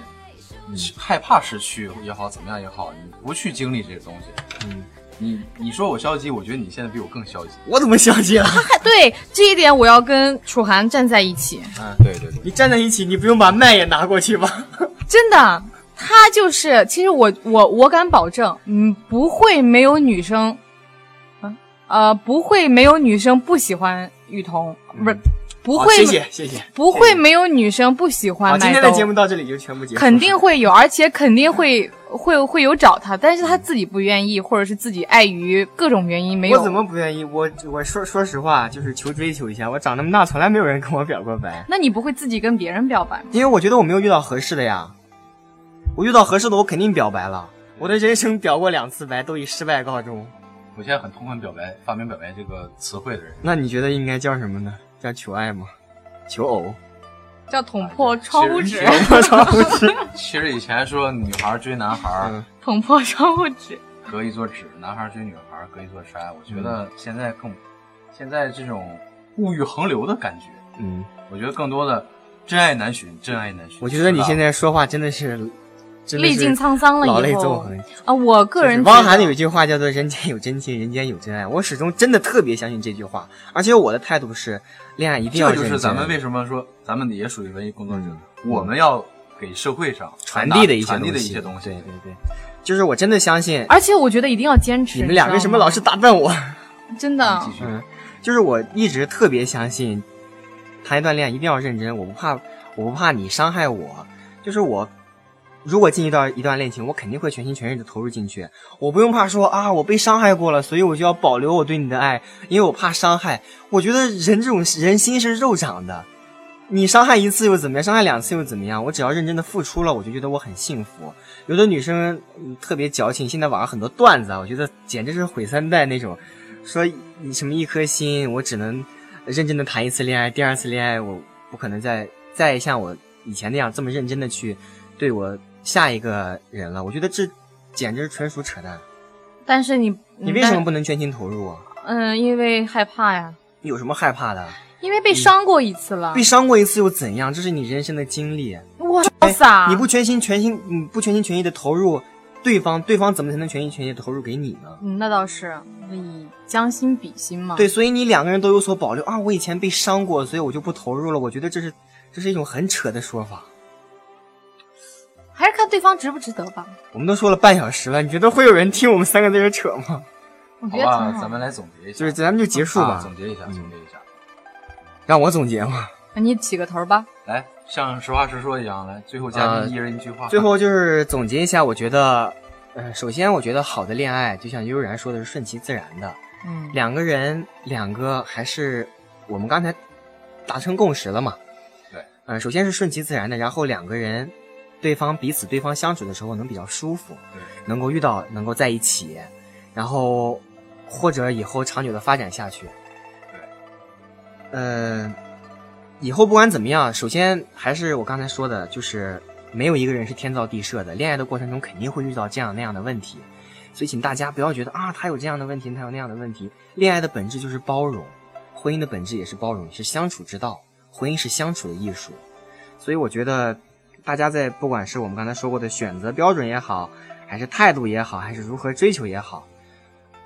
Speaker 3: 去害怕失去也好，怎么样也好，你不去经历这些东西。
Speaker 1: 嗯，
Speaker 3: 你你说我消极，我觉得你现在比我更消极。
Speaker 1: 我怎么啊消极了？
Speaker 2: 哎对这一点我要跟楚涵站在一起。
Speaker 3: 嗯，对对对，
Speaker 1: 你站在一起，你不用把麦也拿过去吧？
Speaker 2: 真的，他就是，其实我我我敢保证，嗯，不会没有女生，啊呃，不会没有女生不喜欢雨桐，不是，不
Speaker 1: 嗯好
Speaker 2: 会，
Speaker 1: 谢谢谢谢。
Speaker 2: 不会没有女生不喜
Speaker 1: 好，
Speaker 2: 欢麦兜。
Speaker 1: 啊今天的节目到这里就全部结束。
Speaker 2: 肯定会有，而且肯定会会会有找他，但是他自己不愿意，或者是自己碍于各种原因没有。
Speaker 1: 我怎么不愿意？我我说说实话，就是求追求一下。我长那么大，从来没有人跟我表过白，
Speaker 2: 那你不会自己跟别人表白吗？
Speaker 1: 因为我觉得我没有遇到合适的呀。我遇到合适的，我肯定表白了。我的人生表过两次白，都以失败告终。
Speaker 3: 我现在很痛恨“表白”发明“表白”这个词汇的人。
Speaker 1: 那你觉得应该叫什么呢？叫求爱吗？求偶？
Speaker 2: 叫捅 破窗户纸，
Speaker 1: 我操！不是
Speaker 3: 其实以前说女孩追男孩
Speaker 1: 嗯
Speaker 2: 捅破窗户纸。
Speaker 3: 隔一座纸，男孩追女孩隔一座山，我
Speaker 1: 嗯
Speaker 3: 觉得现在更，现在这种物欲横流的感觉，
Speaker 1: 嗯，
Speaker 3: 我觉得更多的真爱难寻，真爱难寻。
Speaker 1: 我觉得你现
Speaker 3: 在
Speaker 1: 在说话真的是，真的
Speaker 2: 历
Speaker 1: 是
Speaker 2: 尽沧桑了以后，
Speaker 1: 老泪纵横。
Speaker 2: 啊，我个人
Speaker 1: 汪涵
Speaker 2: 觉
Speaker 1: 有
Speaker 2: 得
Speaker 1: 一句话叫做“人间有真情，人间有真爱”，我始终真的特别相信这句话，而且我的态度是，恋爱一定要
Speaker 3: 这
Speaker 1: 认
Speaker 3: 就
Speaker 1: 真。
Speaker 3: 是咱们为什么说咱们也属于文艺工作者，
Speaker 1: 嗯
Speaker 3: 我们要给社会上
Speaker 1: 传
Speaker 3: 达
Speaker 1: 递的一些
Speaker 3: 传递的一些
Speaker 1: 东
Speaker 3: 东
Speaker 1: 西，
Speaker 3: 西。
Speaker 1: 对对对，就是我真的相信
Speaker 2: 而且我觉得一定要坚持。
Speaker 1: 你们俩为什么
Speaker 2: 知道
Speaker 1: 老
Speaker 2: 吗
Speaker 1: 是打断我？
Speaker 2: 真的
Speaker 3: 继续
Speaker 1: 嗯，就是我一直特别相信，谈一段恋爱一定要认真，我不怕，我不怕你伤害我。就是我，如果进入到一段恋情，我肯定会全心全意的投入进去，我不用怕说啊，我被伤害过了，所以我就要保留我对你的爱，因为我怕伤害。我觉得人这种人心是肉长的，你伤害一次又怎么样，伤害两次又怎么样？我只要认真的付出了，我就觉得我很幸福。有的女生、嗯特别矫情，现在网上很多段子啊，我觉得简直是毁三代那种，说你什么一颗心，我只能认真的谈一次恋爱，第二次恋爱我不可能再再像我以前那样这么认真的去对我下一个人了。我觉得这简直纯属扯淡。
Speaker 2: 嗯但是你
Speaker 1: 你为什么？不能全心投入啊？
Speaker 2: 但嗯，因为害怕呀，
Speaker 1: 有什么害怕的？
Speaker 2: 因为被伤过一次了
Speaker 1: 被。伤过一次又怎样？这是你人生的经历。
Speaker 2: 我潇洒，
Speaker 1: 你不全心全心，你不全心全意的投入对方，对方怎么才能全心全意的投入给你呢？
Speaker 2: 嗯，那倒是以将心比心嘛。
Speaker 1: 对，，所以你两个人都有所保留啊。我以前被伤过，所以我就不投入了。我觉得这是这是一种很扯的说法。
Speaker 2: 还是看对方值不值得吧。
Speaker 1: 我们都说了半小时了，你觉得会有人听我们三个在这扯吗？
Speaker 2: 我觉
Speaker 3: 好
Speaker 2: 得
Speaker 3: 吧
Speaker 2: 挺，好。
Speaker 3: 咱们来总结一下，
Speaker 1: 就是咱们就结束吧。嗯
Speaker 3: 啊总结一下，总结一下。
Speaker 1: 让我总结吗？
Speaker 2: 那你起个头吧。
Speaker 3: 来，像实话实说一样，来，最后嘉
Speaker 1: 呃
Speaker 3: 宾一人一句话。
Speaker 1: 最后就是总结一下，我觉得，呃，首先我觉得好的恋爱，就像悠然说的是顺其自然的，
Speaker 2: 嗯，
Speaker 1: 两个人两个还是我们刚才达成共识了嘛？
Speaker 3: 对，
Speaker 1: 呃，首先是顺其自然的，然后两个人对方彼此对方相处的时候能比较舒服，
Speaker 3: 对，
Speaker 1: 能够遇到能够在一起，然后或者以后长久的发展下去。对，呃，以后不管怎么样，首先还是我刚才说的，就是没有一个人是天造地设的，恋爱的过程中肯定会遇到这样那样的问题，所以请大家不要觉得啊，他有这样的问题，他有那样的问题。恋爱的本质就是包容，婚姻的本质也是包容，是相处之道，婚姻是相处的艺术。所以我觉得，大家在不管是我们刚才说过的选择标准也好，还是态度也好，还是如何追求也好，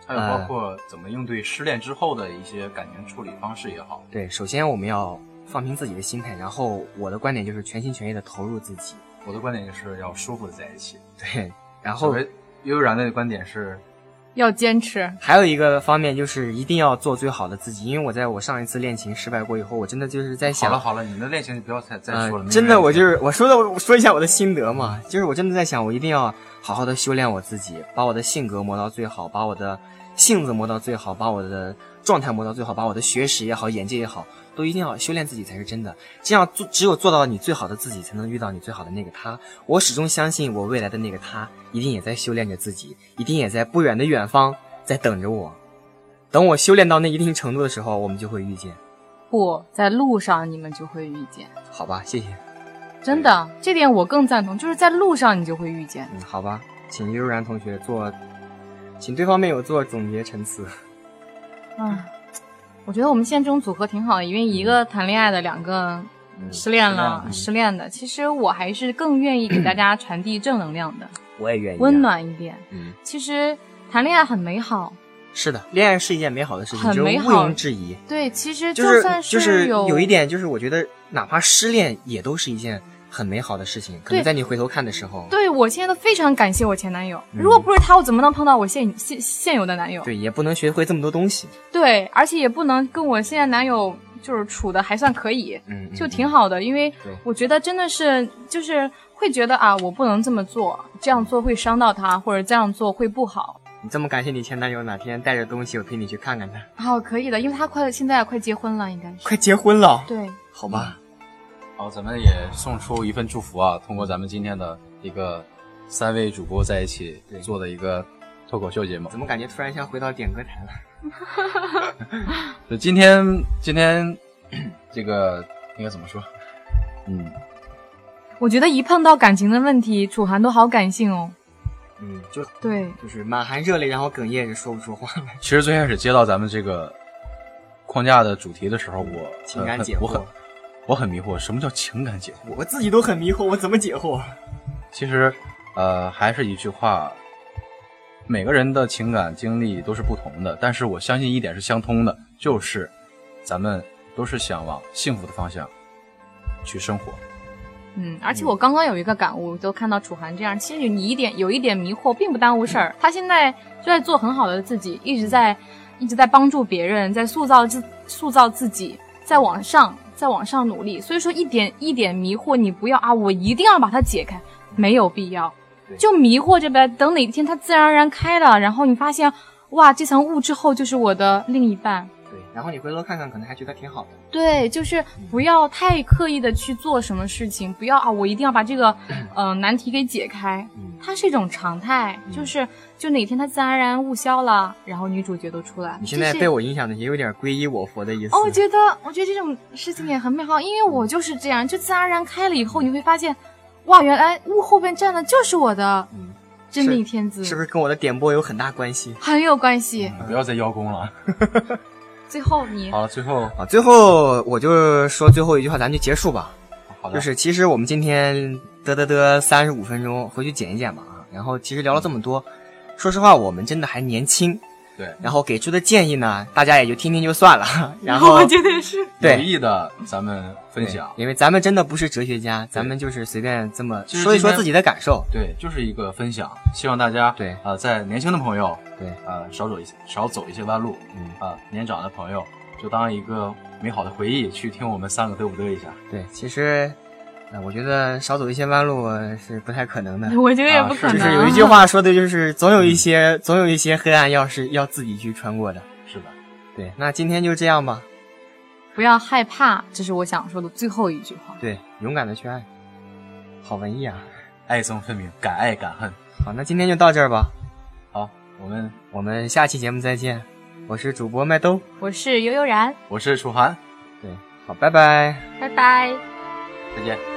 Speaker 3: 还有包
Speaker 1: 呃
Speaker 3: 括怎么应对失恋之后的一些感情处理方式也好。
Speaker 1: 对，首先我们要放平自己的心态，然后我的观点就是全心全意的投入自己，
Speaker 3: 我的观点就是要舒服的在一起。
Speaker 1: 对，然后
Speaker 3: 小维悠然的观点是，
Speaker 2: 要坚持。
Speaker 1: 还有一个方面就是一定要做最好的自己，因为我在我上一次恋情失败过以后，我真的就是在
Speaker 3: 好
Speaker 1: 想，
Speaker 3: 了好了，你们的恋情就不要再再
Speaker 1: 呃
Speaker 3: 说了。没啊
Speaker 1: 真
Speaker 3: 人
Speaker 1: 的，
Speaker 3: 理
Speaker 1: 我
Speaker 3: 解
Speaker 1: 就是我说的，我说一下我的心得嘛，就是我真的在想，我一定要好好的修炼我自己，把我的性格磨到最好，把我的性子磨到最好，把我的状态磨到最好，把我的学识也好，眼界也好，都一定要修炼自己才是真的。这样做，只有做到你最好的自己，才能遇到你最好的那个他。我始终相信，我未来的那个他一定也在修炼着自己，一定也在不远的远方在等着我。等我修炼到那一定程度的时候，我们就会遇见，
Speaker 2: 不在路上，你们就会遇见。
Speaker 1: 好吧？谢谢。
Speaker 2: 真的，这点我更赞同，就是在路上你就会遇见。
Speaker 1: 嗯，好吧，请悠然同学做，请对方面有做总结陈词。
Speaker 2: 啊，我觉得我们现在这种组合挺好的，因为一个谈恋爱的，两个
Speaker 1: 嗯
Speaker 2: 失恋了、
Speaker 3: 嗯
Speaker 2: 失恋的。其实我还是更愿意给大家传递正能量的，
Speaker 1: 我也愿意、啊
Speaker 2: 温。暖一点。
Speaker 1: 嗯，
Speaker 2: 其实谈恋爱很美好，
Speaker 1: 是的，恋爱是一件美好的事情，
Speaker 2: 很
Speaker 1: 这
Speaker 2: 美
Speaker 1: 毋
Speaker 2: 好
Speaker 1: 庸置疑。
Speaker 2: 对，其实
Speaker 1: 就是
Speaker 2: 算
Speaker 1: 就是
Speaker 2: 有
Speaker 1: 有一点，就是我觉得哪怕失恋也都是一件很美好的事情，可能
Speaker 2: 对
Speaker 1: 在你回头看的时候，
Speaker 2: 对我现在都非常感谢我前男友，如果不是他，我怎么能碰到我现现现有的男友？
Speaker 1: 对也不能学会这么多东西。
Speaker 2: 对，而且也不能跟我现在男友就是处的还算可以，
Speaker 1: 嗯，嗯
Speaker 2: 就挺。好的，因为
Speaker 1: 对
Speaker 2: 我觉得真的是就是会觉得啊，我不能这么做，这样做会伤到他，或者这样做会不好。
Speaker 1: 嗯你这么感谢你前男友，哪天带着东西我陪你去看看他。
Speaker 2: 好，哦可以的，因为他快现在快结婚了，应该是
Speaker 1: 快结婚了，
Speaker 2: 对。
Speaker 1: 好吧？
Speaker 3: 好，咱们也送出一份祝福啊！通过咱们今天的一个三位主播在一起
Speaker 1: 对
Speaker 3: 做的一个脱口秀节目
Speaker 1: 怎，么感觉突然像回到点歌台了？
Speaker 3: 就今天今天这个应该怎么说？嗯，
Speaker 2: 我觉得一碰到感情的问题，楚涵都好感性哦。
Speaker 1: 嗯，就
Speaker 2: 对，
Speaker 1: 就是满含热泪，然后哽咽着说不出话来，
Speaker 3: 其实最开始接到咱们这个框架的主题的时候，我
Speaker 1: 情感
Speaker 3: 呃
Speaker 1: 解
Speaker 3: 我很
Speaker 1: 惑。
Speaker 3: 我很迷惑，什么叫情感解惑？
Speaker 1: 我自己都很迷惑，我怎么解惑？
Speaker 3: 其实，呃，还是一句话，每个人的情感经历都是不同的，但是我相信一点是相通的，就是咱们都是想往幸福的方向去生活。
Speaker 2: 嗯，而且我刚刚有一个感悟，都看到楚涵这样，其实你一点有一点迷惑，并不耽误事儿。他现在就在做很好的自己，一直在一直在帮助别人，在塑造自塑造自己，在往上在往上努力。所以说一点一点迷惑，你不要啊，我一定要把它解开，没有必要
Speaker 1: 对。
Speaker 2: 就迷惑着呗，等哪天它自然而然开了，然后你发现，哇，这层雾之后就是我的另一半。
Speaker 1: 对，然后你回头看看，可能还觉得挺好的。
Speaker 2: 对，就是不要太刻意的去做什么事情，不要啊，我一定要把这个呃难题给解开。
Speaker 1: 嗯，
Speaker 2: 它是一种常态，就是就哪天它自然而然雾消了，然后女主角都出来。
Speaker 1: 你现在
Speaker 2: 这是
Speaker 1: 被我影响的也有点皈依我佛的意思。
Speaker 2: 哦，我觉得我觉得这种事情也很美好，因为我就是这样，就自然而然开了以后，你会发现，哇，原来雾后边站的就是我的
Speaker 1: 嗯
Speaker 2: 真命天子，
Speaker 1: 是不是嗯跟我的点播有很大关系？
Speaker 2: 很有关系？
Speaker 3: 嗯你不要再邀功了。
Speaker 2: 最后你
Speaker 3: 嗯好了，最后
Speaker 1: 啊，最后我就说最后一句话，咱就结束吧。
Speaker 3: 好的，
Speaker 1: 就是其实我们今天嘚嘚嘚三十五分钟，回去剪一剪吧啊。然后其实聊了这么多，说实话，我们真的还年轻。
Speaker 3: 对
Speaker 1: 然后给出的建议呢，大家也就听听就算了。然后
Speaker 2: 我觉得是
Speaker 3: 有
Speaker 1: 对
Speaker 3: 意的咱们分享，
Speaker 1: 因为咱们真的不是哲学家，咱们就是随便这么
Speaker 3: 就是
Speaker 1: 说一说
Speaker 3: 今天
Speaker 1: 自己的感受。
Speaker 3: 对，就是一个分享，希望大家
Speaker 1: 对
Speaker 3: 呃，在年轻的朋友
Speaker 1: 对，
Speaker 3: 呃少走一些少走一些弯路，
Speaker 1: 嗯
Speaker 3: 啊、年长的朋友就当一个美好的回忆，去听我们三个嘚不嘚一下。
Speaker 1: 对，其实，呃，我觉得少走一些弯路呃是不太可能的。
Speaker 2: 我觉得也不
Speaker 3: 啊
Speaker 2: 可能。
Speaker 1: 嗯就是有一句话说的，就是总有一些，总有一些黑暗要是要自己去穿过的。
Speaker 3: 是的，
Speaker 1: 对，那今天就这样吧。
Speaker 2: 不要害怕，这是我想说的最后一句话。
Speaker 1: 对，勇敢的去爱，好文艺啊！
Speaker 3: 爱憎分明，敢爱敢恨。
Speaker 1: 好，那今天就到这儿吧，
Speaker 3: 好，我们
Speaker 1: 我们下期节目再见。我是主播麦兜，
Speaker 2: 我是悠悠然，
Speaker 3: 我是楚涵，
Speaker 1: 对，好，拜拜。
Speaker 2: 拜拜。
Speaker 3: 再见。